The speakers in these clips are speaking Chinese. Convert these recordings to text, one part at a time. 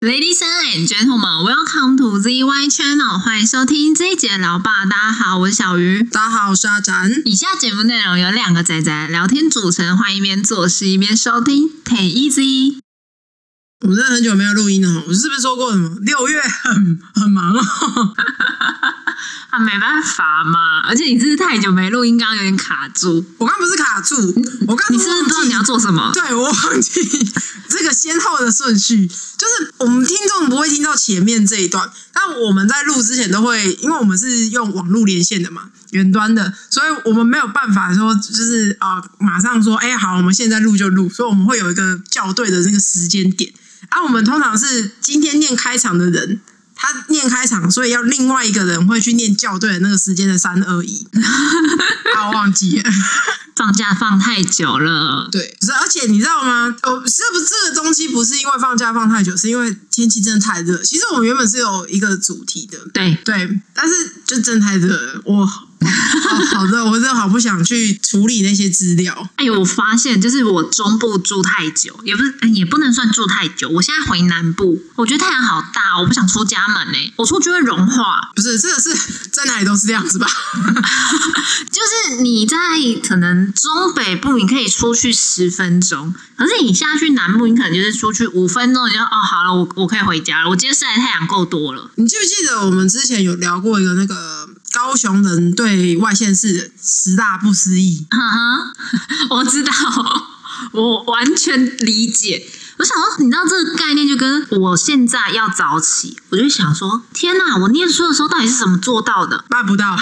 Ladies and gentlemen, welcome to ZY Channel，欢迎收听这一节聊吧。大家好，我是小鱼。大家好，我是阿展。以下节目内容由两个仔仔聊天组成，欢迎一边做事一边收听，Take easy。我们真的很久没有录音了，哦我是不是说过什么六月很很忙哦？啊，没办法嘛，而且你真是太久没录音，刚刚有点卡住。我刚不是卡住，我刚你是不是不知道你要做什么？对我忘记这个先后的顺序，就是我们听众不会听到前面这一段，但我们在录之前都会，因为我们是用网络连线的嘛，远端的，所以我们没有办法说就是啊、马上说，哎、好，我们现在录就录，所以我们会有一个校对的那个时间点。啊，我们通常是今天念开场的人。他念开场，所以要另外一个人会去念校对的那个时间的三二一，啊，我忘记了。放假放太久了，对，是而且你知道吗？呃，是不是这个东西不是因为放假放太久，是因为天气真的太热。其实我们原本是有一个主题的，对，对，但是就真的太热了，我好好热，我真的好不想去处理那些资料。哎呦，我发现就是我中部住太久，也不是、哎也不能算住太久。我现在回南部，我觉得太阳好大，我不想出家门哎、我出去会融化。不是，这个是在哪里都是这样子吧？ 就是你在可能中北部，你可以出去十分钟，可是你下去南部，你可能就是出去五分钟，你就哦好了，我我可以回家了。我今天晒的太阳够多了， 你记不记得我们之前有聊过一个那个高雄人对外县市的十大不思议？哈哈，我知道，我完全理解。我想说，你知道这个概念就跟我现在要早起，我就想说，天哪！我念书的时候到底是怎么做到的？办不到，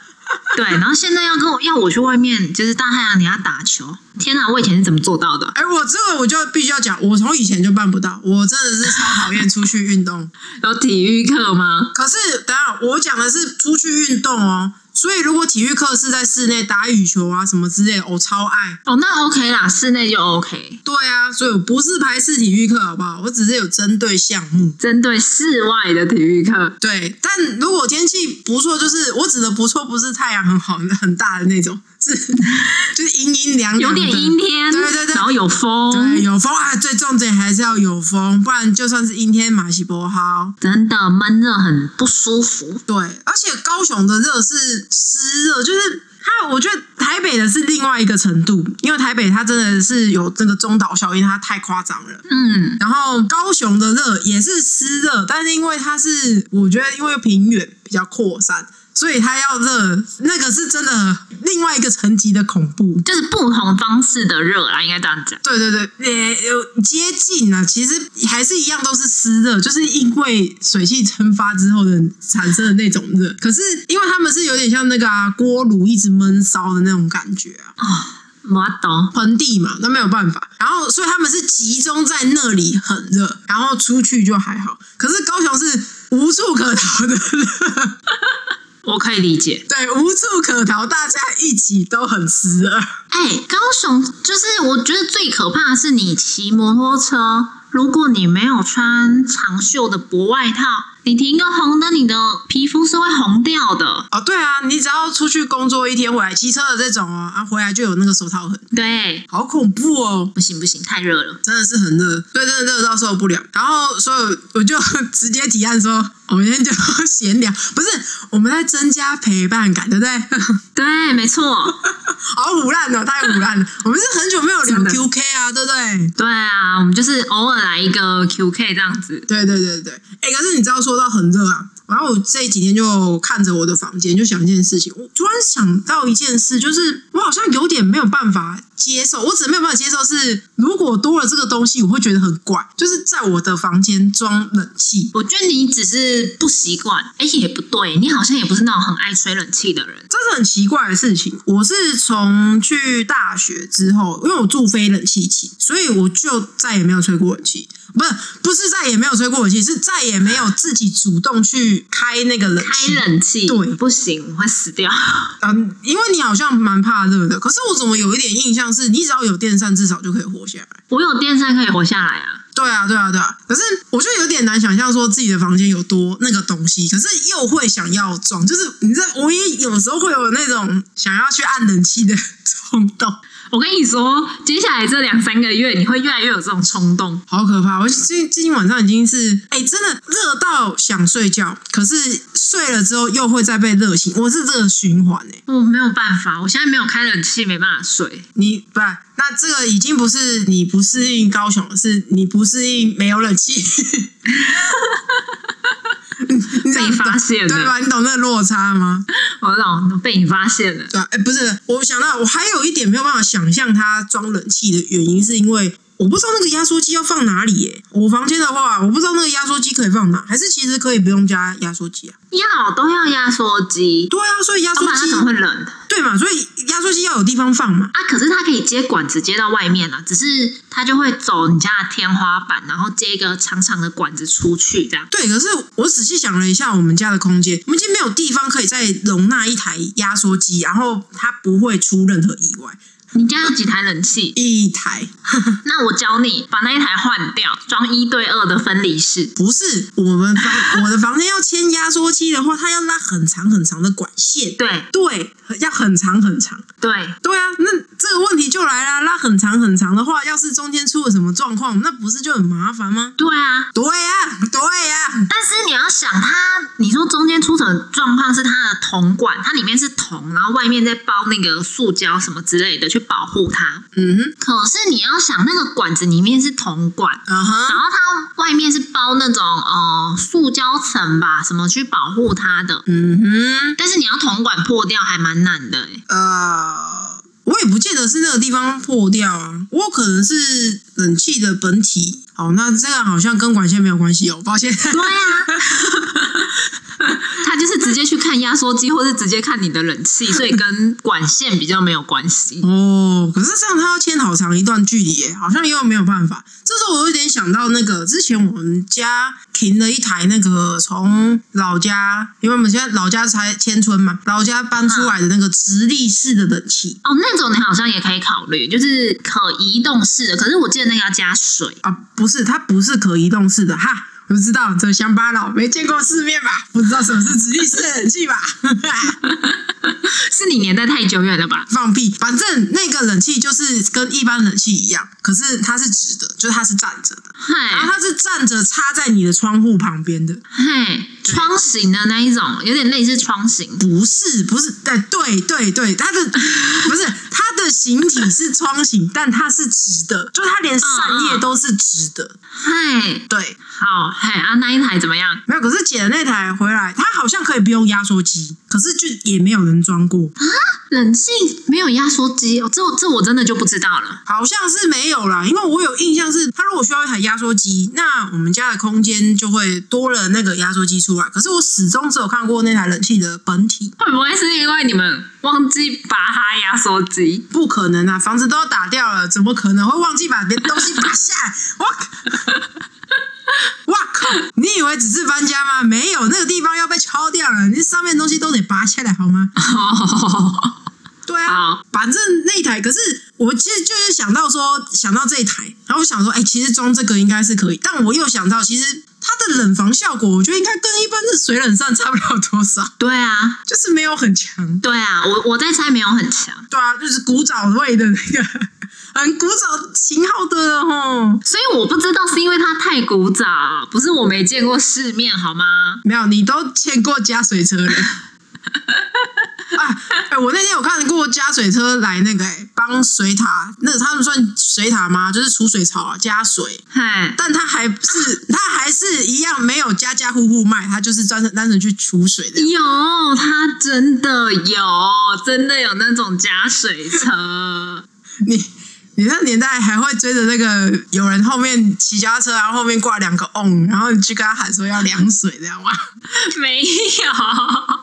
对，然后现在要跟我要我去外面，就是大太阳底下打球。天哪，我以前是怎么做到的？而哎我这个我就必须要讲，我从以前就办不到，我真的是超讨厌出去运动。有体育课吗？可是等一下我讲的是出去运动哦，所以如果体育课是在室内打羽球啊什么之类的，我超爱。哦，那 OK 啦，室内就 OK，对啊，所以我不是排斥体育课，好不好？我只是有针对项目。针对室外的体育课。对，但如果天气不错，就是我指的不错，不是太阳很好很大的那种，是 就是阴阴凉有凉的，点阴天，嗯对对对然后有对，风，有风啊，最重点还是要有风，不然就算是阴天马西波好。真的闷热很不舒服。对，而且高雄的热是湿热，就是它，我觉得台北的是另外一个程度，因为台北它真的是有这个中岛效应，它太夸张了。嗯，然后高雄的热也是湿热，但是因为它是，我觉得因为平原比较扩散，所以它要热，那个是真的另外一个层级的恐怖。就是不同方式的热啦，应该这样讲。对对对，也有接近啊，其实还是一样都是湿热，就是因为水汽蒸发之后的产生的那种热。可是因为他们是有点像那个啊锅炉一直闷烧的那种感觉啊，哦我懂，盆地嘛，那没有办法。然后所以他们是集中在那里很热，然后出去就还好。可是高雄是无处可逃的热，我可以理解。对，无处可逃，大家一起都很湿热。哎、高雄就是我觉得最可怕的是你骑摩托车，如果你没有穿长袖的薄外套，你停一个红灯，你的皮肤是会红掉的。哦，对啊，你只要出去工作一天回来，骑车的这种哦，啊，回来就有那个手套痕，对，好恐怖哦。不行不行，太热了。真的是很热，对，真的热到受不了。然后，所以我就直接提案说，哦我们今天就闲聊，不是我们在增加陪伴感，对不对？ 对，没错。好腐烂哦，太腐烂了。我们是很久没有聊真的 QK 啊，对不对？对啊，我们就是偶尔来一个 QK 这样子。对对对对，哎、可是你知道说到很热啊，然后我这几天就看着我的房间，就想一件事情，我突然想到一件事，就是我好像有点没有办法接受，我只是没有办法接受是如果多了这个东西，我会觉得很怪，就是在我的房间装冷气。我觉得你只是不习惯，哎、也不对，你好像也不是那种很爱吹冷气的人。这是很奇怪的事情。我是从去大学之后，因为我住非冷气期，所以我就再也没有吹过冷气。不是，不是再也没有吹过冷气，是再也没有自己主动去开那个冷开气。冷气，对不行，我会死掉。 嗯，因为你好像蛮怕热的，可是我怎么有一点印象是，你只要有电扇，至少就可以活下来。我有电扇可以活下来啊。对啊，对啊，对啊。可是我就有点难想象说自己的房间有多那个东西，可是又会想要装，就是你知道，我也有时候会有那种想要去按冷气的冲动。我跟你说，接下来这两三个月，你会越来越有这种冲动。好可怕！我今今天晚上已经是，哎、真的热到想睡觉，可是睡了之后又会再被热醒，我是这个循环哎、我哦没有办法，我现在没有开冷气，没办法睡。你不，那这个已经不是你不适应高雄，是你不适应没有冷气。 你这样被懂发现了对吧？你懂那个落差吗？我老被你发现了，对啊，哎、不是，我想到我还有一点没有办法想象它装冷气的原因，是因为我不知道那个压缩机要放哪里耶、我房间的话，我不知道那个压缩机可以放哪，还是其实可以不用加压缩机啊？要都要压缩机，对啊，所以压要缩不然它机怎么会冷？对嘛，所以压缩机要有地方放嘛。啊，可是它可以接管子接到外面啊，只是它就会走你家的天花板，然后接一个长长的管子出去，这样对，可是我仔细想了一下，我们家的空间，我们已经没有地方可以再容纳一台压缩机，然后它不会出任何意外。你家有几台冷气？一台那我教你把那一台换掉，装一对二的分离式。不是我们房，我的房间要牵压缩机的话，它要拉很长很长的管线，对对，要很长很长。对，对啊，那这个问题就来啦，拉很长很长的话，要是中间出了什么状况，那不是就很麻烦吗？对啊，对呀、对啊呀、但是你要想它，你说中间出什么状况是它的铜管，它里面是铜，然后外面再包那个塑胶什么之类的去保护它。嗯哼，可是你要想，那个管子里面是铜管，啊然哈，后它外面是包那种呃塑胶层吧，什么去保护它的。嗯哼。但是你要铜管破掉还蛮难的、欸，呃，我也不见得是那个地方破掉啊，我有可能是冷气的本体。好，那这个好像跟管线没有关系哦，抱歉。 对啊，他就是直接去看压缩机，或是直接看你的冷气，所以跟管线比较没有关系。哦，可是这样他要牵好长一段距离耶，好像又没有办法。这时候我有点想到那个，之前我们家停了一台那个从老家，因为我们现在老家才迁村嘛，老家搬出来的那个直立式的冷气哦，那种你好像也可以考虑，就是可移动式的。可是我记得那个要加水， 啊，不是，它不是可移动式的哈。我不知道，这乡巴佬没见过世面吧？不知道什么是直立式冷气吧？ 是你年代太久远了吧？放屁！反正那个冷气就是跟一般冷气一样，可是它是直的，就是它是站着的，然嗨后它是站着插在你的窗户旁边的。嗨，窗型的那一种，有点类似窗型。不是，不是，哎，对对对，它的不是它的形体是窗形，但它是直的，就它连扇叶都是直的。嗨，对，好嗨啊，那一台怎么样？没有。可是姐的那台回来，它好像可以不用压缩机，可是就也没有人装过，冷气没有压缩机哦，这我这我真的就不知道了。好像是没有啦。因为我有印象是，它如果需要一台压缩机，那我们家的空间就会多了那个压缩机出来。可是我始终只有看过那台冷气的本体，会不会是因为你们忘记拔它压缩 机？不可能啊！房子都要打掉了，怎么可能会忘记把别的东西拔下来？我哇靠！你以为只是搬家吗？没有，那个地方要被敲掉了，你上面的东西都得拔下来，好吗？对啊好，反正那一台，可是我其实就是想到说，想到这一台，然后我想说，哎、其实装这个应该是可以，但我又想到，其实它的冷房效果，我觉得应该跟一般的水冷扇差不了多少， 对啊，就是没有很强。对啊，我我在猜没有很强，对啊，就是古早味的那个，很古早型号的哦。所以我不知道是因为它太古早，不是我没见过世面好吗？没有，你都见过加水车了。 啊！哎、我那天有看过加水车来那个、哎，帮水塔，那他们算水塔吗？就是储水槽啊，加水，嗨，但他还是他还是一样没有家家户户卖，他就是专程单纯去储水的。有，它真的有，真的有那种加水车，你你那年代还会追着那个有人后面骑脚踏车，然后后面挂两个 on，然后你去跟他喊说要凉水这样吗？ 没有。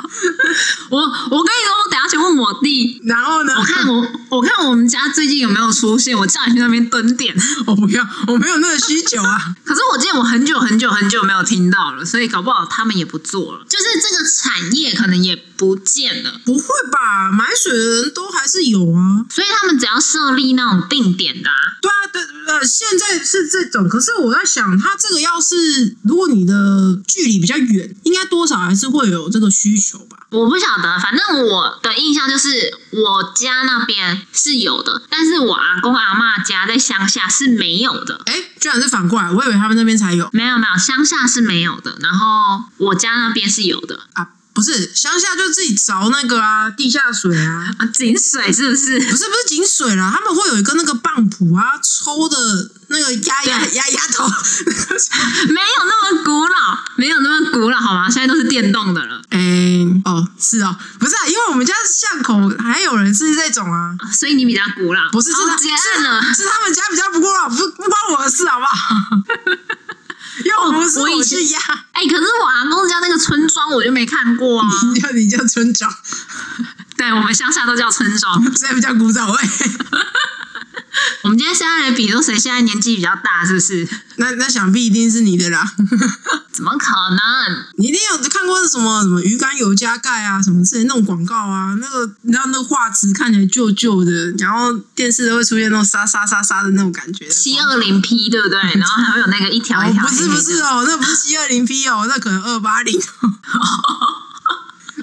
我我跟你说，我等一下去问我弟，然后呢？我看我我看我们家最近有没有出现，我叫你去那边蹲点。 我不要，我没有那个需求 啊。可是我记得我很久很久很久没有听到了，所以搞不好他们也不做了，就是这个产业可能也不见了。不会吧？买水的人都还是有啊。所以他们只要设立那种定点的、啊，对啊，对，呃，现在是这种，可是我在想，它这个要是如果你的距离比较远，应该多少还是会有这个需求吧？我不晓得，反正我的印象就是我家那边是有的，但是我阿公阿嬷家在乡下是没有的。哎，居然是反过来，我以为他们那边才有没有没有，乡下是没有的，然后我家那边是有的啊，不是乡下就自己凿那个啊，地下水啊，啊，井水是不是？不是不是井水啦，他们会有一个那个棒谱啊，抽的那个压压对啊压压头， 没有那么古老，没有那么古老，好吗？现在都是电动的了，哎、哦是哦，不是啊，因为我们家巷口还有人是这种啊，所以你比较古老。不是是好他结案了。是他们家比较不过啦，啊不不关我的事好不好？ 因为我不是哦我以我前去压，哎、可是我阿公家那个村庄我就没看过 啊。你叫你叫村长， 对，我们乡下都叫村庄。谁比较鼓掌位？我们今天现在来比，说谁现在年纪比较大，是不是？那那想必一定是你的啦，怎么可能？你一定有看过什么什么鱼肝油加盖啊，什么之类那种广告啊，那个你知道那个画质看起来旧旧的，然后电视都会出现那种沙沙沙沙的那种感觉的七二零 P 对不对？然后还会有那个一条一嗯哦，条不黑黑是的、不是哦，那不是七二零 P 哦，那可能二八零，哦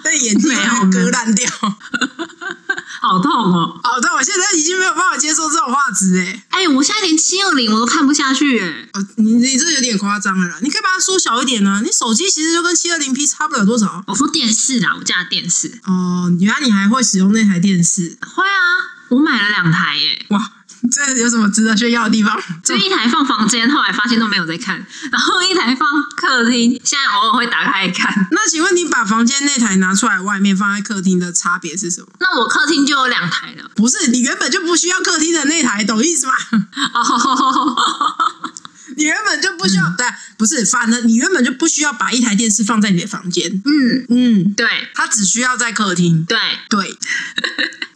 那眼睛没有没要有割烂掉。好 好痛哦！的，但我现在已经没有办法接受这种画质哎。哎、我现在连七二零我都看不下去哎。哦，你你这有点夸张了啦，你可以把它缩小一点啊。你手机其实就跟七二零 P 差不了多少。我说电视啦，我家的电视。哦，原来你还会使用那台电视，会啊，我买了两台耶，哇，这有什么值得炫耀的地方？ 就一台放房间，后来发现都没有在看，然后一台放客厅，现在偶尔会打开看。 那请问你把房间那台拿出来，外面放在客厅的差别是什么？那我客厅就有两台了。 不是，你原本就不需要客厅的那台，懂意思吗？ 哦，你原本就不需要，对，不是，反正你原本就不需要把一台电视放在你的房间，嗯，嗯，对它只需要在客厅，对，对，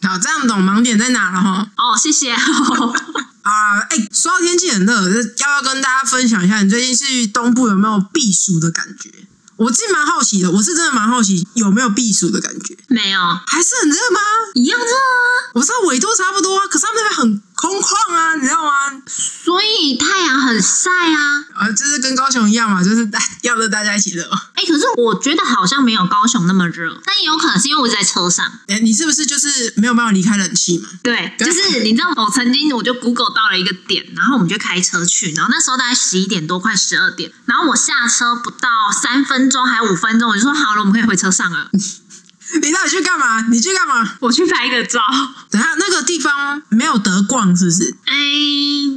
好，这样懂盲点在哪了哈？哦，谢谢。 啊，哎、说到天气很热，要不要跟大家分享一下你最近去东部有没有避暑的感觉？我自己蛮好奇的，我是真的蛮好奇有没有避暑的感觉，没有，还是很热吗？一样热啊，我知道纬度差不多啊，可是他们那边很空旷啊，你知道吗？所以太阳很晒啊。啊，就是跟高雄一样嘛，就是 大要热大家一起热。哎、可是我觉得好像没有高雄那么热，但也有可能是因为我一直在车上。哎、你是不是就是没有办法离开冷气嘛？对，对就是你知道，我曾经我就 Google 到了一个点，然后我们就开车去，然后那时候大概十一点多，快十二点，然后我下车不到三分钟，还五分钟，我就说好了，我们可以回车上了，你到底去干嘛？你去干嘛？ 我去拍个照。等下那个地方没有得逛是不是？哎，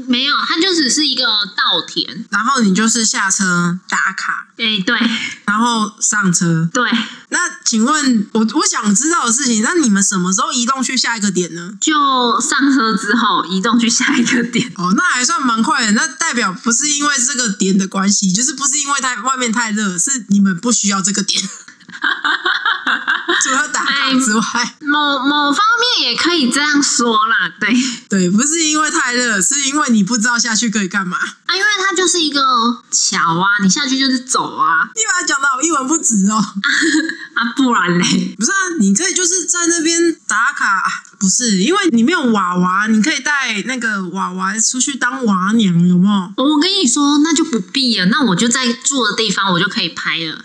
没有，它就只是一个稻田。然后你就是下车打卡，哎，对然后上车。对，那请问我我想知道的事情，那你们什么时候移动去下一个点呢？就上车之后移动去下一个点。 哦，那还算蛮快的。那代表不是因为这个点的关系，就是不是因为太外面太热，是你们不需要这个点。 除了打卡之外，某某方面也可以这样说啦，对，啊对，不是因为太热，是因为你不知道下去可以干嘛。啊，因为它就是一个桥啊，你下去就是走啊，你把它讲的好一文不值哦。啊，不然嘞，不是啊，你可以就是在那边打卡，啊不是因为你没有娃娃，你可以带那个娃娃出去当娃娘，有没有？我跟你说，那就不必了，那我就在住的地方我就可以拍了。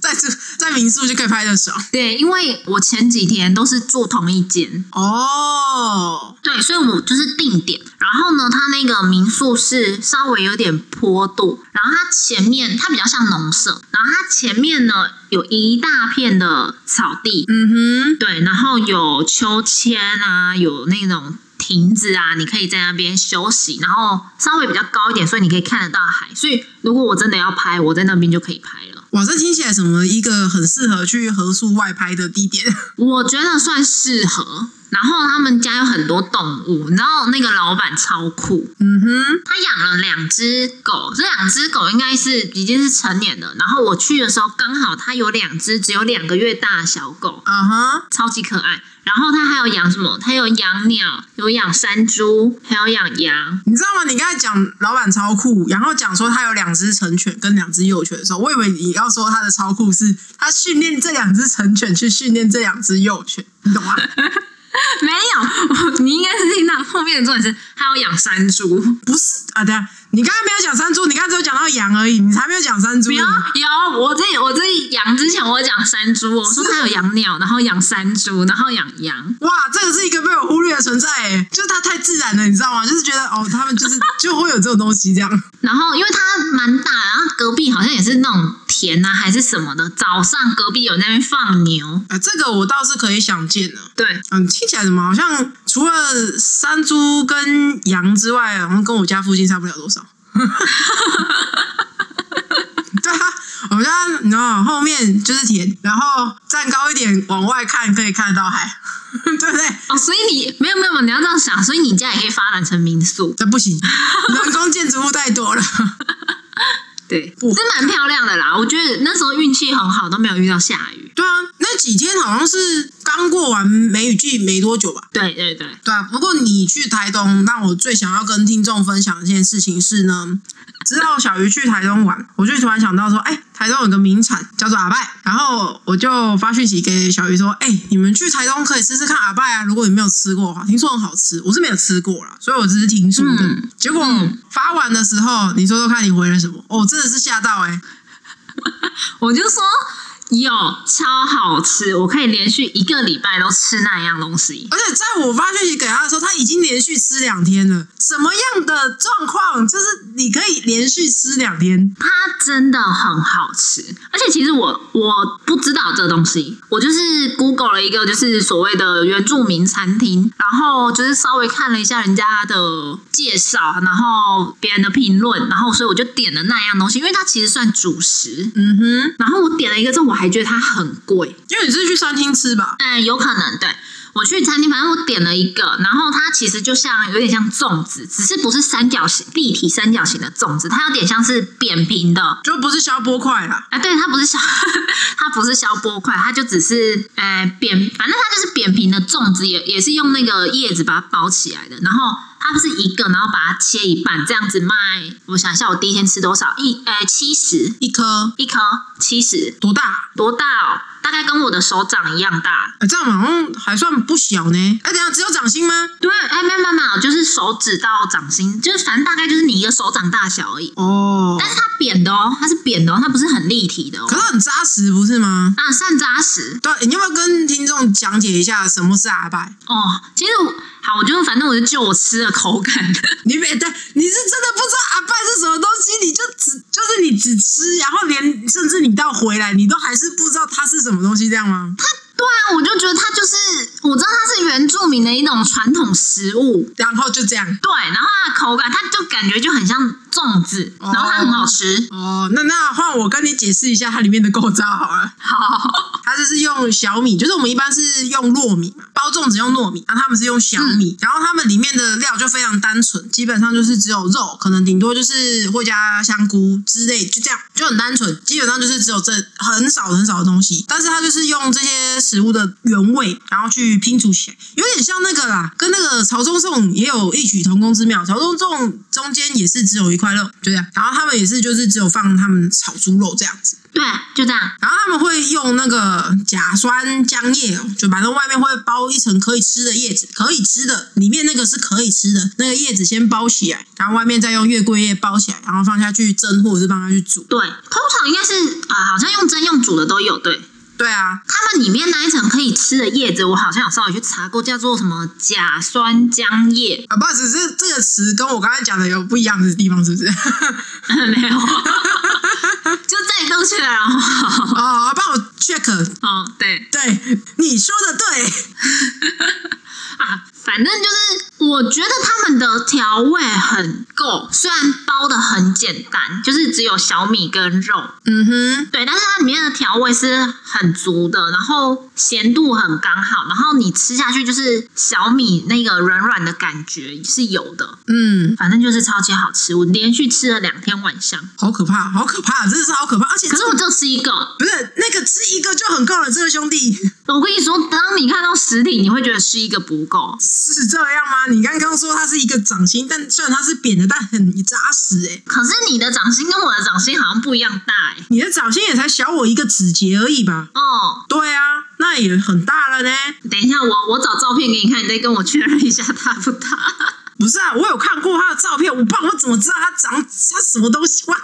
在这在民宿就可以拍得爽对，因为我前几天都是住同一间，哦。对，所以我就是定点。然后呢，它那个民宿是稍微有点坡度，然后它前面它比较像农舍，然后它前面呢有一大片的草地，嗯对，然后有秋千啊，有那种亭子啊，你可以在那边休息，然后稍微比较高一点，所以你可以看得到海。所以如果我真的要拍，我在那边就可以拍了。哼，哇，这听起来什么一个很适合去合宿外拍的地点我觉得算适合。然后他们家有很多动物，你知道那个老板超酷，嗯哼，他养了两只狗，这两只狗应该是已经是成年的。然后我去的时候刚好他有两只只有两个月大的小狗，啊哈，超级可爱。然后他还有养什么？他有养鸟，有养山猪，还有养 羊。你知道吗？你刚才讲老板超酷，然后讲说他有两只成犬跟两只幼犬的时候，我以为你要说他的超酷是他训练这两只成 犬去训练这两只幼犬，你懂吗？没有，我你应该是听到后面的重点是他要养山猪，不是啊，等一下你刚刚没有讲山猪，你刚刚只有讲到羊而已，你才没有讲山猪不呢。要有啊我这我这养之前我有讲山猪，我说他有养鸟，然后养山猪，然后养羊，哇，这个是一个被我忽略的存在，哎，就是它太自然了，你知道吗？就是觉得哦，他们就是就会有这种东西这样。然后因为它蛮大，然后隔壁好像也是那种田啊还是什么的，早上隔壁有在那边放牛，啊，这个我倒是可以想见的。对，嗯，听起来怎么好像除了山猪跟羊之外，好像跟我家附近差不了多少。 对啊，我们家你知道后面就是田，然后站高一点往外看可以看得到海， 对不对？哦，所以你没有没有没有，你要这样想，所以你家也可以发展成民宿，这不行，人工建筑物太多了。对，不是蛮漂亮的啦。我觉得那时候运气很好，都没有遇到下雨。对啊，那几天好像是刚过完梅雨季没多久吧。对对对，对啊，不过你去台东，那我最想要跟听众分享的一件事情是呢，知道小鱼去台东玩，我就突然想到说，哎、台东有个名产叫做阿拜，然后我就发讯息给小鱼说，哎、你们去台东可以试试看阿拜啊，如果你没有吃过的话，听说很好吃，我是没有吃过啦，所以我只是听说的。嗯结果、嗯发完的时候，你说说看你回了什么？哦，真的是吓到哎、我就说有超好吃，我可以连续一个礼拜都吃那样东西。而且在我发讯息给他的时候，他已经连续吃两天了。什么样的状况？就是你可以连续吃两天？它真的很好吃，而且其实我我不知道这东西，我就是 Google 了一个就是所谓的原住民餐厅，然后就是稍微看了一下人家的介绍，然后别人的评论，然后所以我就点了那样东西，因为它其实算主食。嗯哼，然后我点了一个之后，我还觉得它很贵，因为你是去餐厅吃吧？嗯，有可能对。我去餐厅，反正我点了一个，然后它其实就像有点像粽子，只是不是三角形立体三角形的粽子，它有点像是扁平的，就不是消波块啦。啊，对，它不是削， 它不是削波块，它就只是呃扁，反正它就是扁平的粽子，也也是用那个叶子把它包起来的。然后它是一个，然后把它切一半，这样子卖。我想一下，我第一天吃多少？一呃七十一颗一颗，七十多大？多大哦？大概跟我的手掌一样大。哎、这样好像还算不小呢。哎、等一下只有掌心吗？对，哎，没有没有没有，就是手指到掌心，就是反正大概就是你一个手掌大小而已。哦但是它扁的哦，它是扁的哦，它不是很立体的哦可。是很扎实，不是吗？啊，善扎实，对，你要不要跟听众讲解一下什么是阿拜？哦，其实我好，我就反正我就就我吃的口感，你没对，你是真的不知道阿拜是什么东西，你就只就是你只吃，然后连甚至你到回来，你都还是不知道它是什么东西，这样吗？对啊，我就觉得它就是我知道它是原住民的一种传统食物，然后就这样。对，然后它的口感，它就感觉就很像粽子，然后它很好吃，哦，那那换我跟你解释一下它里面的构造好了。好， 它就是用小米，就是我们一般是用糯米嘛，包粽子用糯米，然啊后他们是用小米，然后他们里面的料就非常单纯，基本上就是只有肉，可能顶多就是会加香菇之类，就这样，就很单纯，基本上就是只有这很少很少的东西，但是它就是用这些食物的原味，然后去拼组起来，有点像那个啦，跟那个曹中颂也有异曲同工之妙，曹中颂中间也是只有一块肉，就这样，然后他们也是就是只有放他们炒猪肉这样子。对，就这样，然后他们会用那个甲酸浆叶，就反正外面会包一层可以吃的叶子，可以吃的，里面那个是可以吃的，那个叶子先包起来，然后外面再用月桂叶包起来，然后放下去蒸或者是放下去煮。对，通常应该是啊、好像用蒸用煮的都有，对。对啊，它们里面那一层可以吃的叶子，我好像有稍微去查过，叫做什么甲酸浆叶， 啊不，只是这个词跟我刚才讲的有不一样的地方，是不是？没有， 就再正确了。 哦哦，帮我 check。哦，对，对，你说的对。啊，反正就是我觉得他们的调味很够，虽然包的很简单，就是只有小米跟肉，嗯哼，对，但是它里面的调味是很足的，然后咸度很刚好，然后你吃下去就是小米那个软软的感觉是有的，嗯，反正就是超级好吃，我连续吃了两天晚上，好可怕，好可怕，真的是好可怕，而且可是这我就吃一个。不是那个吃一个就很够了，这位兄弟。我跟你说，当你看到实体，你会觉得吃一个不够，是这样吗？你刚刚说它是一个掌心，但虽然它是扁的，但很扎实哎、可是你的掌心跟我的掌心好像不一样大哎、你的掌心也才小我一个指节而已吧？哦，对啊，那也很大了呢。等一下，我我找照片给你看，你再跟我确认一下大不大。不是啊，我有看过他的照片，我爸我怎么知道他长他什么东西？哇！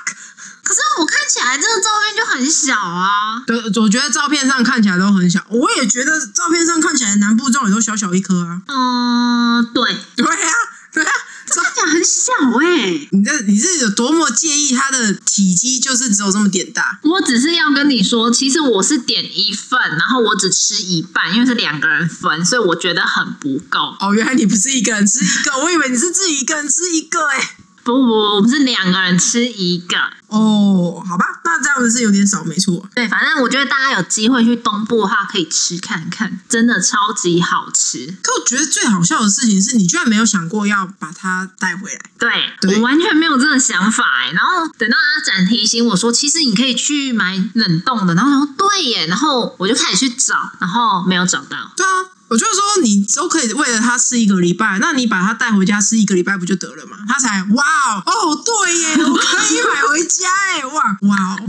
可是我看起来这个照片就很小啊，对，我觉得照片上看起来都很小，我也觉得照片上看起来南部粽也都小小一颗啊。嗯、对，对啊，对啊，这看起来很小哎、你这你是有多么介意它的体积，就是只有这么点大？我只是要跟你说，其实我是点一份，然后我只吃一半，因为是两个人分，所以我觉得很不够。哦，原来你不是一个人吃一个，我以为你是自己一个人吃一个哎、不不不，我们是两个人吃一个。哦，好吧，那这样子是有点少，没错。对，反正我觉得大家有机会去东部的话，可以吃看看，真的超级好吃。可我觉得最好笑的事情是你居然没有想过要把它带回来。对对我完全没有这个想法哎、然后等到阿展提醒我说，其实你可以去买冷冻的，然后我想说对耶，然后我就开始去找，然后没有找到。对啊，我就说你都可以为了它吃一个礼拜，那你把它带回家吃一个礼拜不就得了吗？他才哇哦，哦对耶，我可以买回家哎，哇哇哦，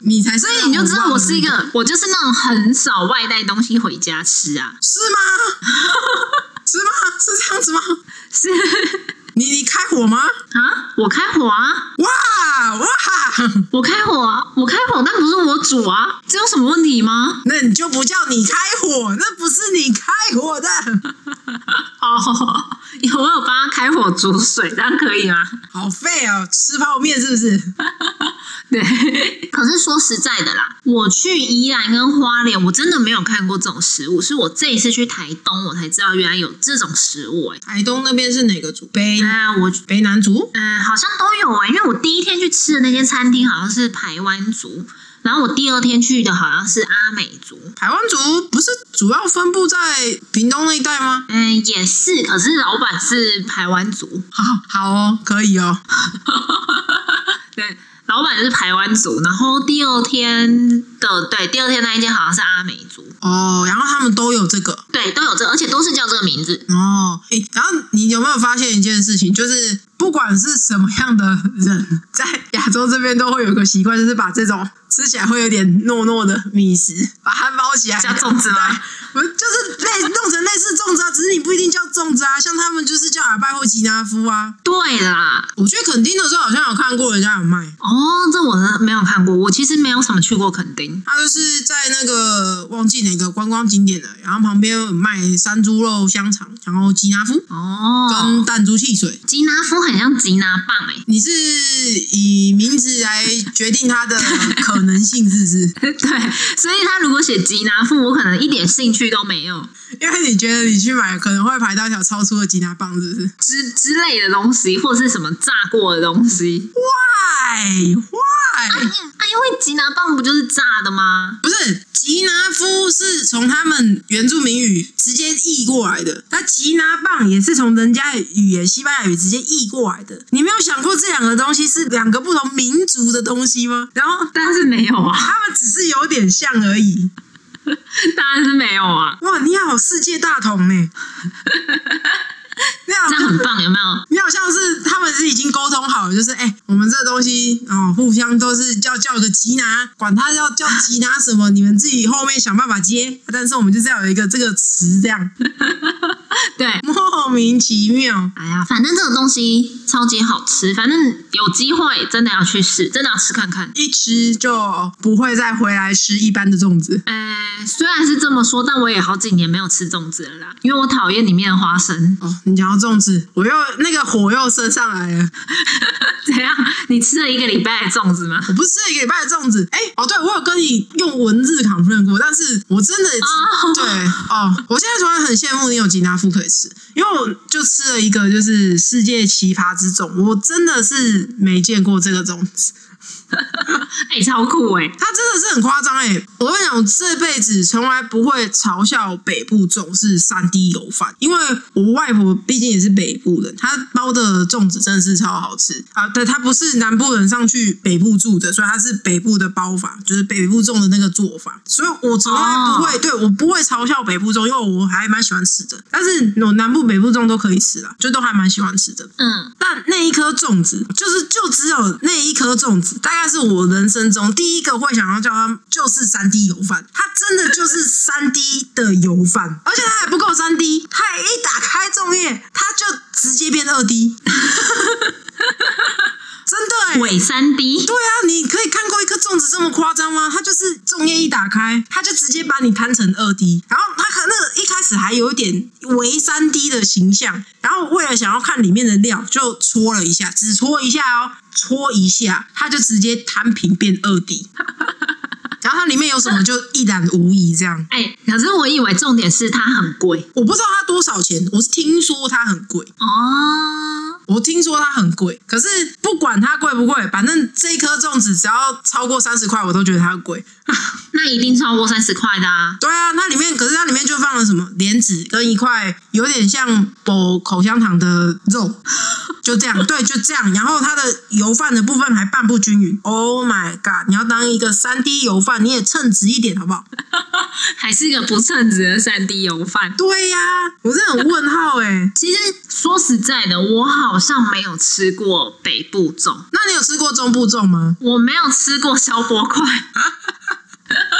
你才所以你就知道我是一哇哦个，我就是那种很少外带东西回家吃 啊，是吗？是吗？是这样子吗？是你你开火吗？啊，我开火啊，哇哇，我开火啊，我开火，但不是我煮啊，这有什么问题吗？那你就不叫你开火，那不是你开火的。哦， 有我有帮他开火煮水，这样可以吗？好废哦，吃泡面是不是？ 对，可是说实在的啦，我去宜兰跟花莲，我真的没有看过这种食物，是我这一次去台东，我才知道原来有这种食物、欸。台东那边是哪个族？北哎、啊，我北南族。嗯，好像都有啊、因为我第一天去吃的那间餐厅好像是台湾族，然后我第二天去的好像是阿美族。台湾族不是主要分布在屏东那一带吗？嗯，也是，可是老板是台湾族， 好，好哦，可以哦。对，老板是台湾族，然后第二天的对，第二天那一间好像是阿美族，哦，然后他们都有这个对，都有这，而且都是叫这个名字，哦。诶，然后你有没有发现一件事情，就是不管是什么样的人，在亚洲这边都会有一个习惯，就是把这种吃起来会有点糯糯的米食，把它包起来叫粽子吗 对不是，就是类弄成类似粽子啊，只是你不一定叫粽子啊，像他们就是叫阿拜或吉拿夫啊。对啦，我去垦丁的时候好像有看过人家有卖，哦，这我真的没有看过，我其实没有什么去过垦丁。它就是在那个忘记哪个观光景点了，然后旁边有卖山猪肉香肠，然后吉拿夫跟哦，弹珠汽水。吉拿夫很像吉拿棒哎、你是以名字来决定它的可能性，是不是？ 对，所以他如果写吉拿富，我可能一点兴趣都没有 因为你觉得你去买可能会排到一条超粗的吉拿棒，是不是之之类的东西，或是什么炸过的东西。啊，？Why why？啊因为吉拿棒不就是炸的吗？不是吉拿夫是从他们原住民语直接译过来的，那吉拿棒也是从人家的语言西班牙语直接译过来的。你没有想过这两个东西是两个不同民族的东西吗？然后当然是没有啊， 他们只是有点像而已。当然是没有 啊，哇，你好世界大同呢、欸 你好这样很棒，有没有？你好像是他们是已经沟通好了，就是哎、我们这东西哦，互相都是叫叫个吉拿，管他要叫吉拿什么，你们自己后面想办法接。但是我们就是要有一个这个词，这样对。莫名其妙。哎呀，反正这个东西超级好吃，反正有机会真的要去试，真的要吃看看。一吃就不会再回来吃一般的粽子。哎，虽然是这么说，但我也好几年没有吃粽子了啦，因为我讨厌里面的花生。 哦，你讲到粽子，我又那个火又升上来了。怎样？你吃了一个礼拜的粽子吗？我不是吃了一个礼拜的粽子，哎、哦，对我有跟你用文字 confirm 过，但是我真的、哦对哦，我现在突然很羡慕你有吉拿富可以吃，因为我就吃了一个就是世界奇葩之种，我真的是没见过这个粽子，哎、超酷哎、它真的是很夸张哎！我跟你讲，我这辈子从来不会嘲笑北部粽是三 D 油饭，因为我外婆毕竟也是北部人，她包的粽子真的是超好吃啊！对，她不是南部人上去北部住的，所以她是北部的包法，就是北部粽的那个做法，所以我从来不会，对我不会嘲笑北部粽，因为我还蛮喜欢吃的，但是我南部北部粽都可以吃啦，就都还蛮喜欢吃的。嗯，但那那一颗粽子，就是就只有那一颗粽子，大概是我人生中第一个会想要叫它就是三 D 油饭，它真的就是三 D 的油饭，而且它还不够三 D，它一打开粽叶，它就直接变二 D，真的、欸。伪三 D，对啊，你可以看过一颗粽子这么夸张吗？它就是粽叶一打开，它就直接把你摊成二 D，然后它可那个一开始还有一点为三 D 的形象，然后为了想要看里面的料，就搓了一下，只搓一下哦，搓一下，它就直接摊平变二 D，然后它里面有什么就一览无遗这样。哎、可是我以为重点是它很贵我不知道它多少钱，我是听说它很贵，哦。我听说它很贵，可是不管它贵不贵，反正这一颗粽子只要超过三十块，我都觉得它贵。那一定超过三十块的啊！对啊，它里面可是它里面就放了什么莲子跟一块有点像薄口香糖的肉，就这样，对，就这样。然后它的油饭的部分还拌不均匀。Oh my god！你要当一个三 D 油饭，你也称职一点好不好？还是一个不称职的三 D 油饭。对呀、我是很问号哎、其实说实在的，我好像没有吃过北部粽，那你有吃过中部粽吗？我没有吃过消波块，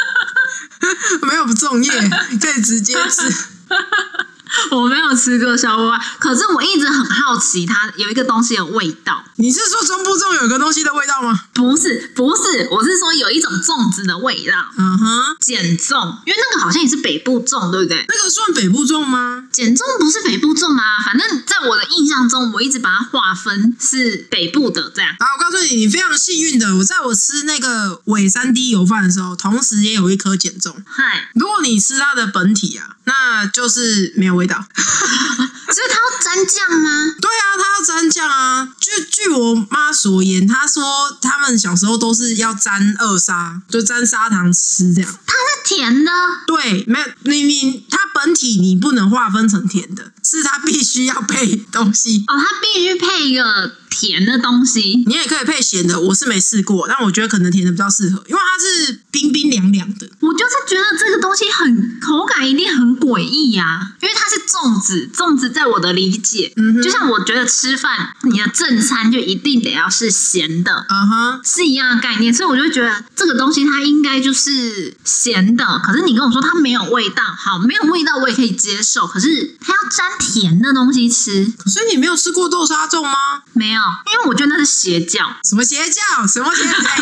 没有粽叶，可以直接 吃。 我没有吃过消波块。可是我一直很好奇，它有一个东西的味道，你是说中部粽有个东西的味道吗？不是不是，我是说有一种粽子的味道，嗯哼，碱粽，因为那个好像也是北部粽，对不对？那个算北部粽吗？碱粽不是北部粽吗？反正在我的印象中，我一直把它划分是北部的这样。然后我告诉你，你非常幸运的，我在我吃那个伪三 D 油饭的时候，同时也有一颗碱粽。嗨，如果你吃它的本体啊，那就是没有味道。所以它要沾酱吗？对啊，它要沾酱啊。据据我妈所言，她说他们小时候都是要沾二砂，就沾砂糖吃这样。它是甜的，哦对，没有你你它本体你不能划分成甜的，是它必须要配东西。哦，它必须配一个甜的东西。你也可以配咸的，我是没试过，但我觉得可能甜的比较适合，因为它是冰冰凉凉的。我就是觉得这个东西很口感一定很诡异呀，因为它是粽子，粽子在我的理解，嗯哼就像我觉得吃饭你的正餐就一定得要是咸的。啊哈，是一样的概念，所以我就觉得这个东西它应该就是咸的。可是你跟我说它没有味道，好，没有味道我也可以接受。可是它要沾甜的东西吃，所以你没有吃过豆沙粽吗？没有，因为我觉得那是邪教。什么邪教？什么邪？ 哎、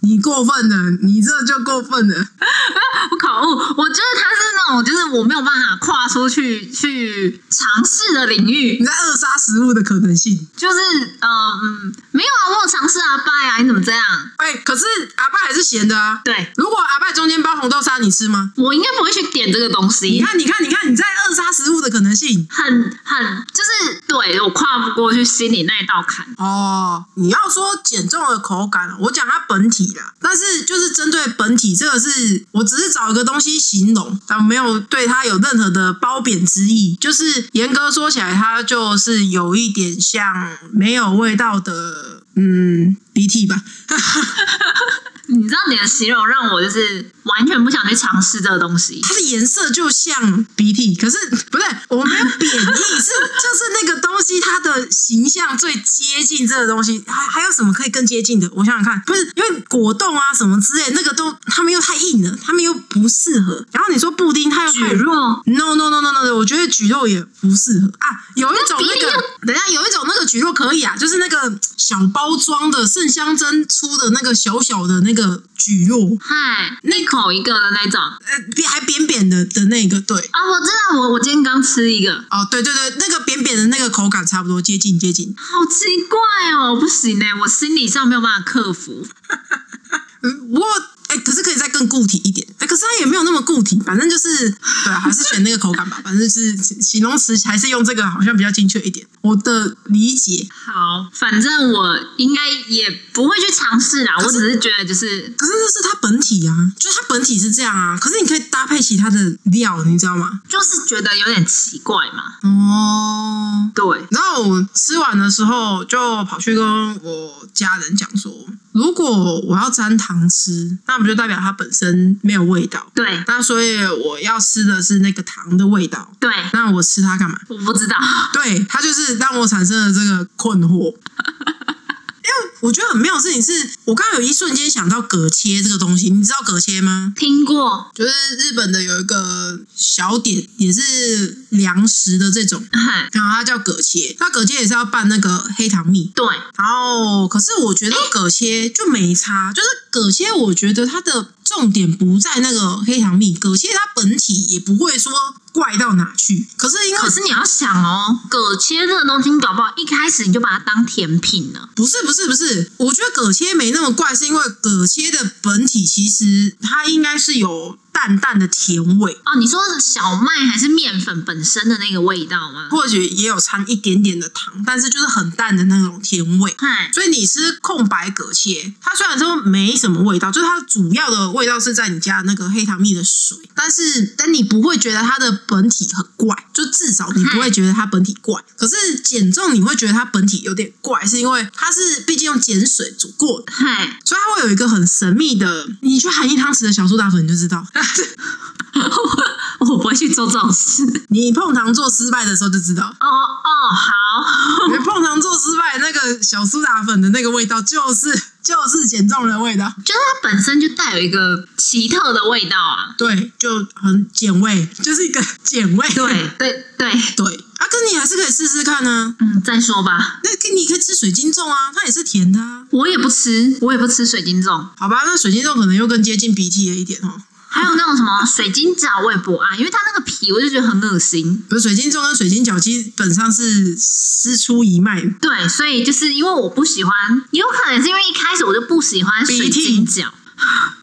你过分了，你这就过分了。我口误，我觉得它是那种就是我没有办法跨出去去尝试的领域你，在扼杀食物的可能性。就是呃嗯，没有啊，我有尝试啊，拜啊，你怎么这样？哎、可是阿拜还是咸的啊。对如果阿拜中间包红豆沙，你吃吗？我应该不会去点这个东你西。看，你看，你看，你在扼杀食物的可能性。很很就是对我跨不过去心里那一道坎，哦，你要说减重的口感，我讲它本体啦，但是就是针对本体，这个是我只是找一个东西形容，但没有对它有任何的褒贬之意。就是严格说起来，它就是有一点像没有味道的，嗯，鼻涕吧。你知道你的形容让我就是完全不想去尝试这个东西。它的颜色就像鼻涕，可是不对，我没有贬义，是 就是那个东西它的形象最接近这个东西，还还有什么可以更接近的？我想想看，不是因为果冻啊什么之类，那个都他们又太硬了，他们又不适合。然后你说布丁，它又举太弱， No no no no no，no，我觉得蒟肉也不适合啊。有一种那比那例个，等一下有一种那个蒟肉可以啊，就是那个小包装的圣香珍出的那个小小的那个蒟肉，嗨，一口一个的那种啊，呃，扁还扁扁的的那个，对，我知道，我我今天刚吃一个，哦，对对对，那个扁扁的那个口感差不多，接近接近。好奇怪哦，不行哎，我心理上没有办法克服。嗯，不过哎，可是可以再更固体一点。哎，可是它也没有那么固体，反正就是对、啊，还是选那个口感吧。反正就是形容词还是用这个好像比较精确一点。我的理解。好，反正我应该也不会去尝试啦，我是只是觉得就是可是那是它本体啊，就是它本体是这样啊。可是你可以搭配其他的料，你知道吗？就是觉得有点奇怪嘛。哦，对，然后我吃完的时候，就跑去跟我家人讲说，如如果我要沾糖吃，那不就代表它本身没有味道？对那所以我要吃的是那个糖的味道。对，那我吃它干嘛？我不知道，对，它就是让我产生了这个困惑。因为我觉得很妙的事情是，我刚刚有一瞬间想到葛切这个东西，你知道葛切吗？听过，就是日本的有一个小点，也是粮食的这种，嘿然后它叫葛切。那葛切也是要拌那个黑糖蜜，对，然后哦可是我觉得葛切就没差，就是葛切，我觉得它的重点不在那个黑糖蜜，葛切它本体也不会说怪到哪去。可是因为可是你要想哦，葛切这个东西，你搞不好一开始你就把它当甜品了。不是不是不是，我觉得葛切没那么怪，是因为葛切的本体其实它应该是有淡淡的甜味，哦，你说是小麦还是面粉本身的那个味道吗？或许也有掺一点点的糖，但是就是很淡的那种甜味。嗨，所以你吃空白葛切，它虽然说没什么味道，就是它主要的味道是在你家那个黑糖蜜的水，但是但你不会觉得它的本体很怪，就至少你不会觉得它本体怪。可是减重你会觉得它本体有点怪，是因为它是毕竟用碱水煮过的。嗨，所以它会有一个很神秘的，你去含一汤匙的小苏打粉你就知道， 我不会去做这种事。你碰糖做失败的时候就知道，哦哦，好，你碰糖做失败那个小苏打粉的那个味道就是就是减重的味道，就是它本身就带有一个奇特的味道啊。对，就很减味，就是一个减味，对对对，对，啊，可是你还是可以试试看啊，嗯，再说吧，那你可以吃水晶粽啊，它也是甜的啊，我也不吃，我也不吃水晶粽，好吧，那水晶粽可能又更接近鼻涕了一点哦。还有那种什么水晶饺我也不爱，因为它那个皮我就觉得很恶心。不是水晶粽跟水晶饺基本上是师出一脉，对，所以就是因为我不喜欢，也有可能是因为一开始我就不喜欢水晶饺。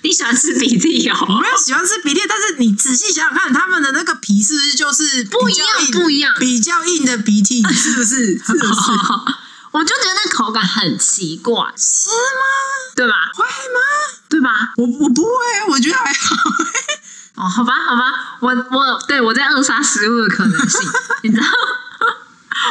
你喜欢吃鼻涕我 哦？没有喜欢吃比利，但是你仔细想想看，他们的那个皮是不是就是比较不一样硬不一样比较硬的鼻涕，是不 是？是不是？是吗？我就觉得那口感很奇怪，对吧？会吗？对吧？我我不会，我觉得还好。 哦，好吧，好吧，我我对我在扼杀食物的可能性，你知道，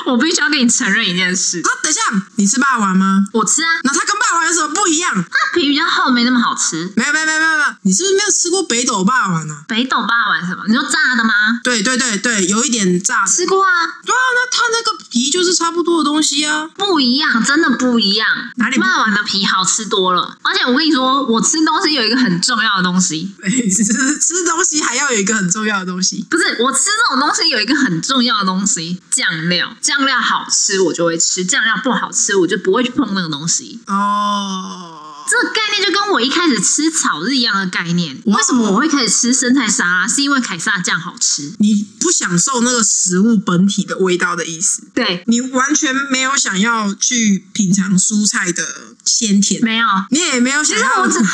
我必须要跟你承认一件事，啊，等一下，你吃霸王吗？我吃啊，那它跟霸王有什么不一样？它皮比较厚，没那么好吃。没有没有没有没有没有，你是不是没有吃过北斗霸王啊？北斗霸王什么？你说炸的吗？对对对对，有一点炸的。吃过啊，对啊，那它那个皮就是差不多的东西啊。 不一样，真的不一样。哪里不一样霸王的皮好吃多了，而且我跟你说，我吃东西有一个很重要的东西，吃吃东西还要有一个很重要的东西，不是我吃这种东西有一个很重要的东西，酱料。酱料好吃我就会吃，酱料不好吃我就不会去碰那个东西。哦。这个概念就跟我一开始吃草是一样的概念。哇为什么我会开始吃生菜沙拉？是因为凯撒酱好吃。你不享受那个食物本体的味道的意思。对，你完全没有想要去品尝蔬菜的鲜甜，没有，你也没有想要其实我只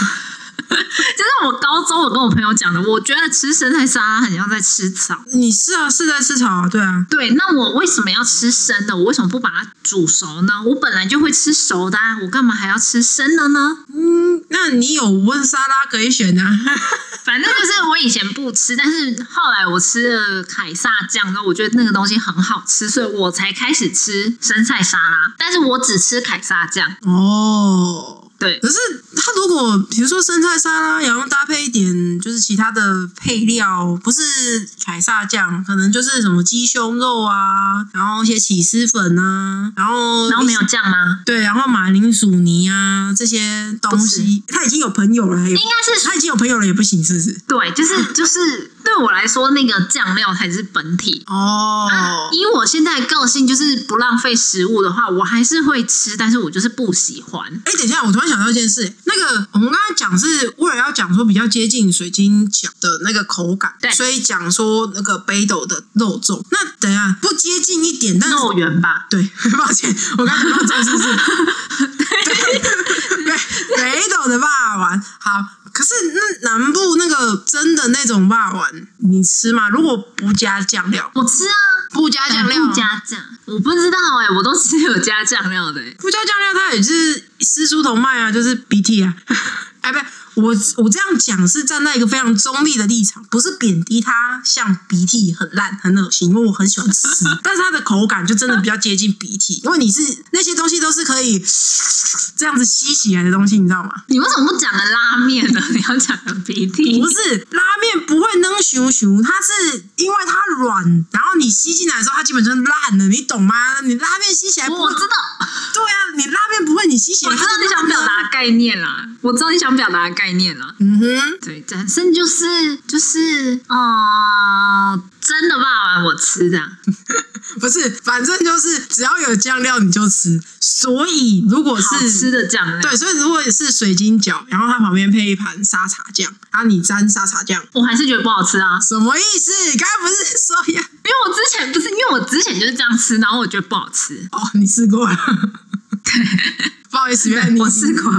就是我高中我跟我朋友讲的，我觉得吃生菜沙拉很像在吃草。你是啊，是在吃草啊，对啊，对，那我为什么要吃生的？我为什么不把它煮熟呢？我本来就会吃熟的、啊，我干嘛还要吃生的呢？嗯，那你有温沙拉可以选啊， 反正就是我以前不吃，但是后来我吃了凯撒酱之后，我觉得那个东西很好吃，所以我才开始吃生菜沙拉。但是我只吃凯撒酱。哦。对，可是它如果比如说生菜沙拉，然后搭配一点就是其他的配料，不是凯撒酱，可能就是什么鸡胸肉啊，然后一些起司粉啊，然后然后没有酱吗？对，然后马铃薯泥啊这些东西，哦他已经有朋友了，也应该是他已经有朋友了也不行，是不是？对，就是就是对我来说，那个酱料才是本体。哦，以我现在的个性，就是不浪费食物的话，我还是会吃，但是我就是不喜欢。哎、等一下，我突然想到一件事，那个我们刚才讲是为了要讲说比较接近水晶饺的那个口感，对所以讲说那个北斗的肉粽。那等一下不接近一点，但是肉圆吧，对， 抱歉，我刚才肉粽是不 是？对，北斗的霸王好。可是那南部那个真的那种霸王，你吃吗？如果不加酱 料，我吃啊，不加酱料，不加酱，我不知道哎、我都吃有加酱料的、欸。 不加酱料，它也是师出同脉啊，就是鼻涕啊，哎，不是，我我这样讲是站在一个非常中立的立场，不是贬低它，像鼻涕很烂很恶心，因为我很喜欢吃，但是它的口感就真的比较接近鼻涕，因为你是那些东西都是可以这样子吸起来的东西，你知道吗？你为什么不讲个拉面呢？你要讲个鼻涕？不是拉面不会扔熊熊，它是因为它软，然后你吸进来的时候它基本上烂了，你懂吗？你拉面吸起来不我会，知道，对啊，你拉面不会，你吸起来我知道它就你想烂表了达的概念啦，我知道你想表达的概念啦。嗯哼，对，反正就是就是哦、真的霸王我吃这样。不是，反正就是只要有酱料你就吃。所以如果好是吃的酱料。对，所以如果是水晶饺，然后它旁边配一盘沙茶酱，然后你沾沙茶酱，我还是觉得不好吃啊，什么意思？刚才不是说要因为我之前不是，因为我之前就是这样吃，然后我觉得不好吃。哦，你试过了。不好意思，原来 你我试过，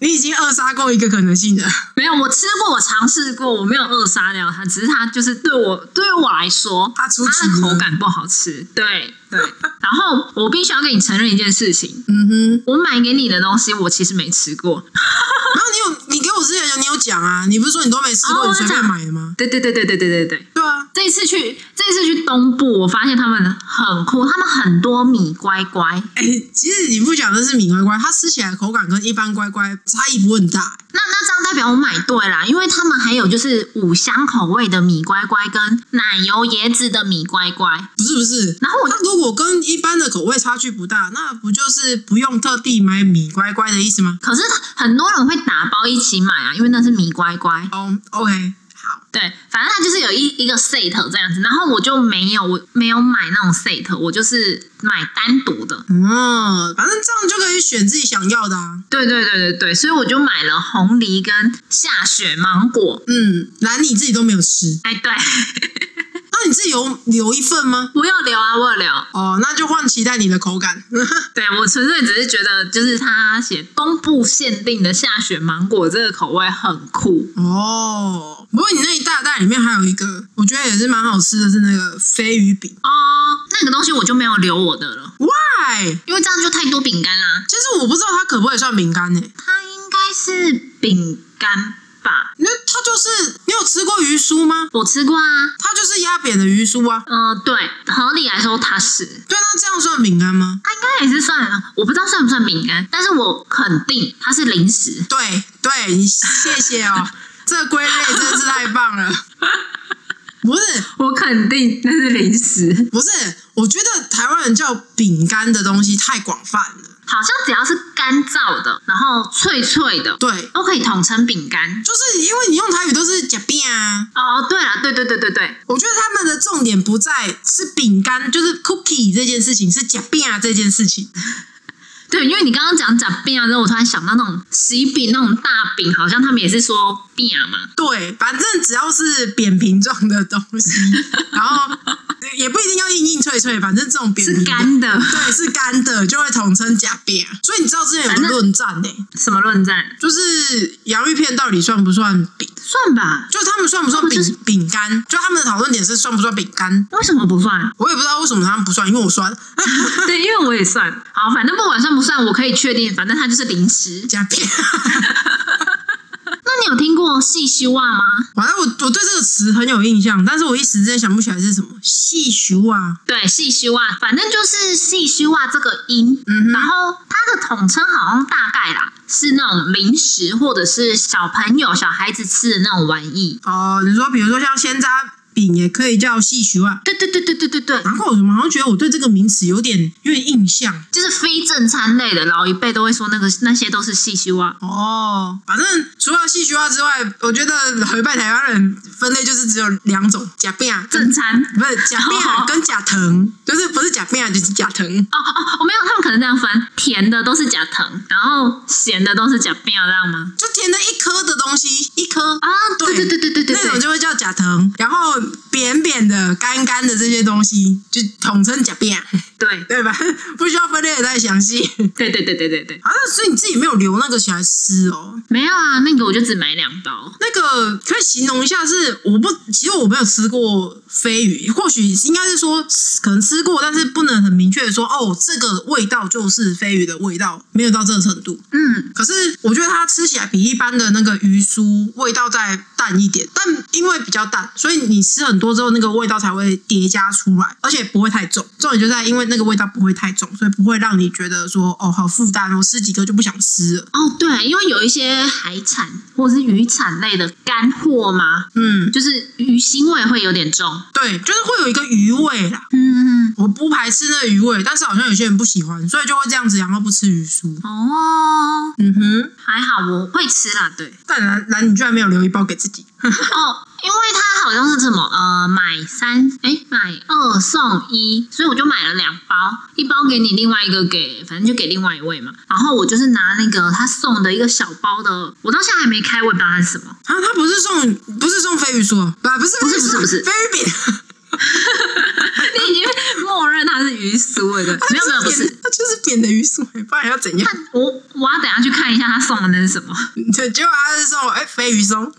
你已经扼杀过一个可能性了。没有，我吃过，我尝试过，我没有扼杀掉它，只是它就是对我对于我来说，它出它局的了口感不好吃。对对，然后我必须要跟你承认一件事情，嗯哼，我买给你的东西，我其实没吃过。然后你有你给我之前你有讲啊，你不是说你都没吃过，哦你随我便讲买的吗？对对对对对对对对。对啊，这一次去，这一次去东部，我发现他们很酷，他们很多米乖乖。哎、其实你不讲的是米乖乖，它吃起来的口感跟一般乖乖差异不会很大、欸那那这样代表我买对啦，因为他们还有就是五香口味的米乖乖跟奶油椰子的米乖乖，不是不是，然后我就那如果跟一般的口味差距不大，那不就是不用特地买米乖乖的意思吗？可是很多人会打包一起买啊，因为那是米乖乖。哦、o k 好，对，反正它就是有一一个 set 这样子，然后我就没有我没有买那种 set，我就是买单独的。嗯，反正这样就可以选自己想要的啊。对对对对对，所以我就买了红梨跟下雪芒果。嗯，难你自己都没有吃，哎，对 那你自己有留一份吗？我有留啊，我有留。哦，那就换期待你的口感。 对我纯粹只是觉得，就是他写东部限定的下雪芒果这个口味很酷。哦，不过你那一大袋里面还有一个，我觉得也是蛮好吃的，是那个飞鱼饼。哦，那个东西我就没有留我的了， Why？因为这样就太多饼干啦。其实我不知道它可不可以算饼干呢、它应该是饼干吧？因为它就是你有吃过鱼酥吗？我吃过啊，它就是压扁的鱼酥啊。嗯、对，合理来说它是，对，啊那这样算饼干吗？它应该也是算，啊我不知道算不算饼干，但是我肯定它是零食。对对，你谢谢哦，这个归类真是太棒了。不是我肯定那是零食，不是，我觉得台湾人叫饼干的东西太广泛了。好像只要是干燥的，然后脆脆的，对，都可以统称饼干。就是因为你用台语都是假饼啊。哦，对啊，对对对对对，我觉得他们的重点不在吃饼干，就是 cookie 这件事情，是假饼啊这件事情。对，因为你刚刚讲讲饼啊之后，我突然想到那种喜饼那种大饼，好像他们也是说饼嘛。对，反正只要是扁平状的东西，然后也不一定要硬硬脆脆，反正这种扁平是的干的，对，是干的，就会统称假饼。啊所以你知道之前有个反正论战呢、什么论战？就是洋芋片到底算不算饼？算吧，就他们算不算他们就是饼饼干？就他们的讨论点是算不算饼干？为什么不算？我也不知道为什么他们不算，因为我啊算对，因为我也算。好，反正不管算不算，我可以确定，反正它就是零食。假 饼。那你有听过细修袜吗？反正我我对这个词很有印象，但是我一时之间想不起来是什么。细数啊，对，细修袜，反正就是细修袜这个音。嗯哼然后它的统称好像大概啦，是那种零食或者是小朋友、小孩子吃的那种玩意。哦，你说比如说像鲜渣饼也可以叫细数啊。对对对对对对对，难怪我怎么好像觉得我对这个名词有点有点印象就是非正餐类的，老一辈都会说那个那些都是细修啊。哦。反正除了细数啊之外，我觉得老一辈台湾人分类就是只有两种：假饼跟正餐不是假面啊跟假藤，就是不是假面啊就是假藤。哦哦，我没有，他们可能这样分，甜的都是假糖，然后咸的都是假饼，这样吗？就甜的一颗的东西，一颗啊，对对对对对对那种对，就会叫假藤。然后扁扁的、干干的这些东西，就统称假面，对 对吧？不需要分类的太详细。对对对对对对，啊，所以你自己没有留那个起来吃哦。没有啊，那个我就只买两包。那个可以形容一下是，我不，其实我没有吃过飞鱼，或许应该是说可能吃过，但是不能很明确的说哦，这个味道就是飞鱼的味道，没有到这个程度。那嗯，可是我觉得它吃起来比一般的那个鱼酥味道再淡一点，但因为比较淡，所以你吃很多之后，那个味道才会叠加出来，而且不会太重。重点就在因为那个味道不会太重，所以不会让你觉得说哦好负担，我吃几个就不想吃了。哦，对，因为有一些海产或者是渔产类的干货嘛，嗯，就是鱼腥味会有点重。对，就是会有一个鱼味啦。嗯，我不排斥那个鱼味，但是好像有些人不喜欢，所以就会这样子，然后不吃鱼嗯酥。哦，嗯哼，还好我会吃啦，对。但蓝蓝，你居然没有留一包给自己， 啊哦，因为它好像是什么呃，买三哎买二送一，所以我就买了两包，一包给你，另外一个给反正就给另外一位嘛。然后我就是拿那个他送的一个小包的，我到现在还没开，我也不知道它是什么。啊，他不是送不是送鲱鱼酥啊，不不是不是不是不是鲱鱼饼，你已经默认它是鱼酥了的， 没有没有不是。它就是扁的鱼酥，欸不然要怎样？ 看我，我要等下去看一下他送的那是什么，对，结果他是送我哎鲱鱼松，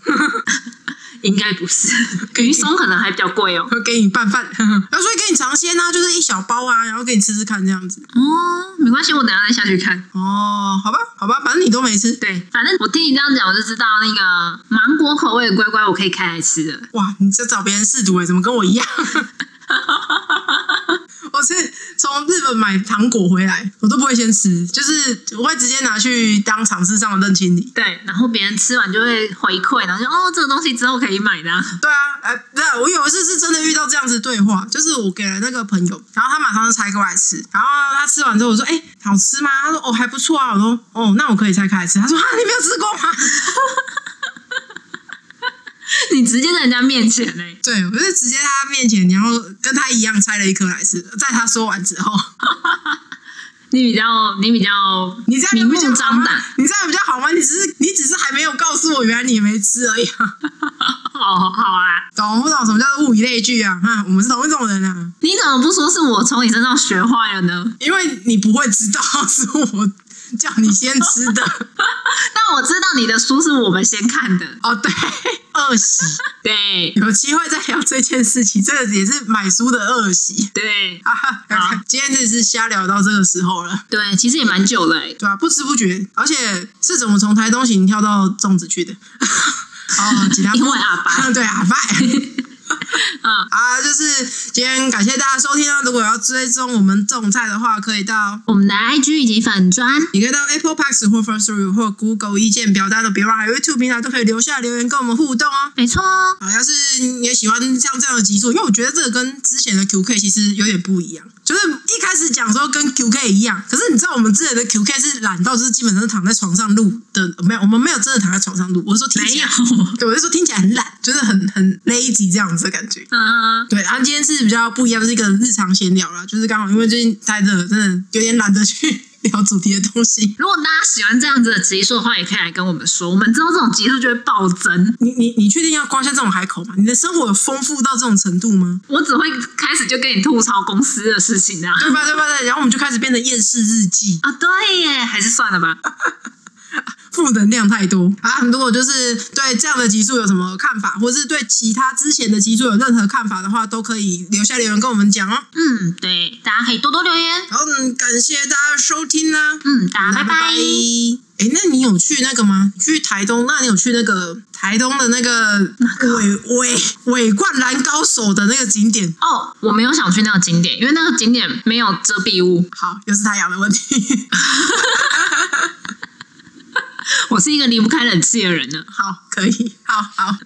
应该不是鱼松，可能还比较贵哦。给你拌饭， 然后所以给你尝鲜啊，就是一小包啊，然后给你吃吃看这样子。哦，没关系，我等下再下去看。哦，好吧，好吧，反正你都没吃。对，反正我听你这样讲，我就知道那个芒果口味的乖乖，我可以开来吃 了。哇，你在找别人试毒哎、怎么跟我一样？ 我是从日本买糖果回来，我都不会先吃，就是我会直接拿去当场市上的认清理。对，然后别人吃完就会回馈，然后就哦，这个东西之后可以买的啊、 对啊，哎、对啊，我有一次是真的遇到这样子对话，就是我给了那个朋友，然后他马上就拆过来吃，然后他吃完之后我说：“哎、好吃吗？”他说：“哦，还不错啊。”我说：“哦，那我可以拆开来吃。”他说：“啊，你没有吃过吗 你直接在人家面前欸嘞、？”对，我就直接在他面前，然后跟他一样拆了一颗来吃。在他说完之后，你比较你比较你这样明有比较目好张吗胆。？你这样有比较好吗？你只是你只是还没有告诉我，原来你也没吃而已、啊。 哦，好啊，懂不懂什么叫做物以类聚啊？哈、我们是同一种人啊，你怎么不说是我从你身上学坏了呢？因为你不会知道是我叫你先吃 的。但我知道你的书是我们先看的，哦，对，恶习，对有机会再聊这件事情，这个也是买书的恶习对啊哈。好今天真是瞎聊到这个时候了，对，其实也蛮久了、欸，对吧、不知不觉，而且是怎么从台东行跳到粽子去的？ 哦，几条因为阿爸 对阿拜。嗯，啊，就是今天感谢大家收听啊！如果要追踪我们种菜的话，可以到我们的 IG 以及粉砖，你可以到 Apple p a s 或 First Story 或 Google 意见表单的别忘还有 YouTube 平台都可以留下留言跟我们互动哦。没错哦。啊，要是你也喜欢像这样的集数，因为我觉得这个跟之前的 QK 其实有点不一样，就是一开始讲说跟 QK 一样，可是你知道我们之前的 QK 是懒到就是基本上是躺在床上录的，没有，我们没有真的躺在床上录，我是说听没起有来，，对，我是说听起来很懒，就是很很 lazy 这样子的感觉。嗯，对，然后今天是比较不一样，是一个日常闲聊啦，就是刚好因为最近待着真的有点懒得去 聊主题的东西。如果大家喜欢这样子的集数的话，也可以来跟我们说，我们知道这种集数就会暴增。你你你确定要刮下这种海口吗？你的生活有丰富到这种程度吗？我只会开始就跟你吐槽公司的事情啊。对吧？对吧？对吧，然后我们就开始变成厌世日记。啊，对耶，还是算了吧。负能量太多啊！如果就是对这样的集数有什么看法，或是对其他之前的集数有任何看法的话，都可以留下留言跟我们讲哦。嗯，对，大家可以多多留言。然后嗯，感谢大家的收听啦、嗯，大家拜拜拜。哎，那你有去那个吗？去台东？那你有去那个台东的那个尾尾尾冠篮高手的那个景点？哦，我没有想去那个景点，因为那个景点没有遮蔽物。好，又是太阳的问题。我是一个离不开冷气的人呢。好，可以，好好。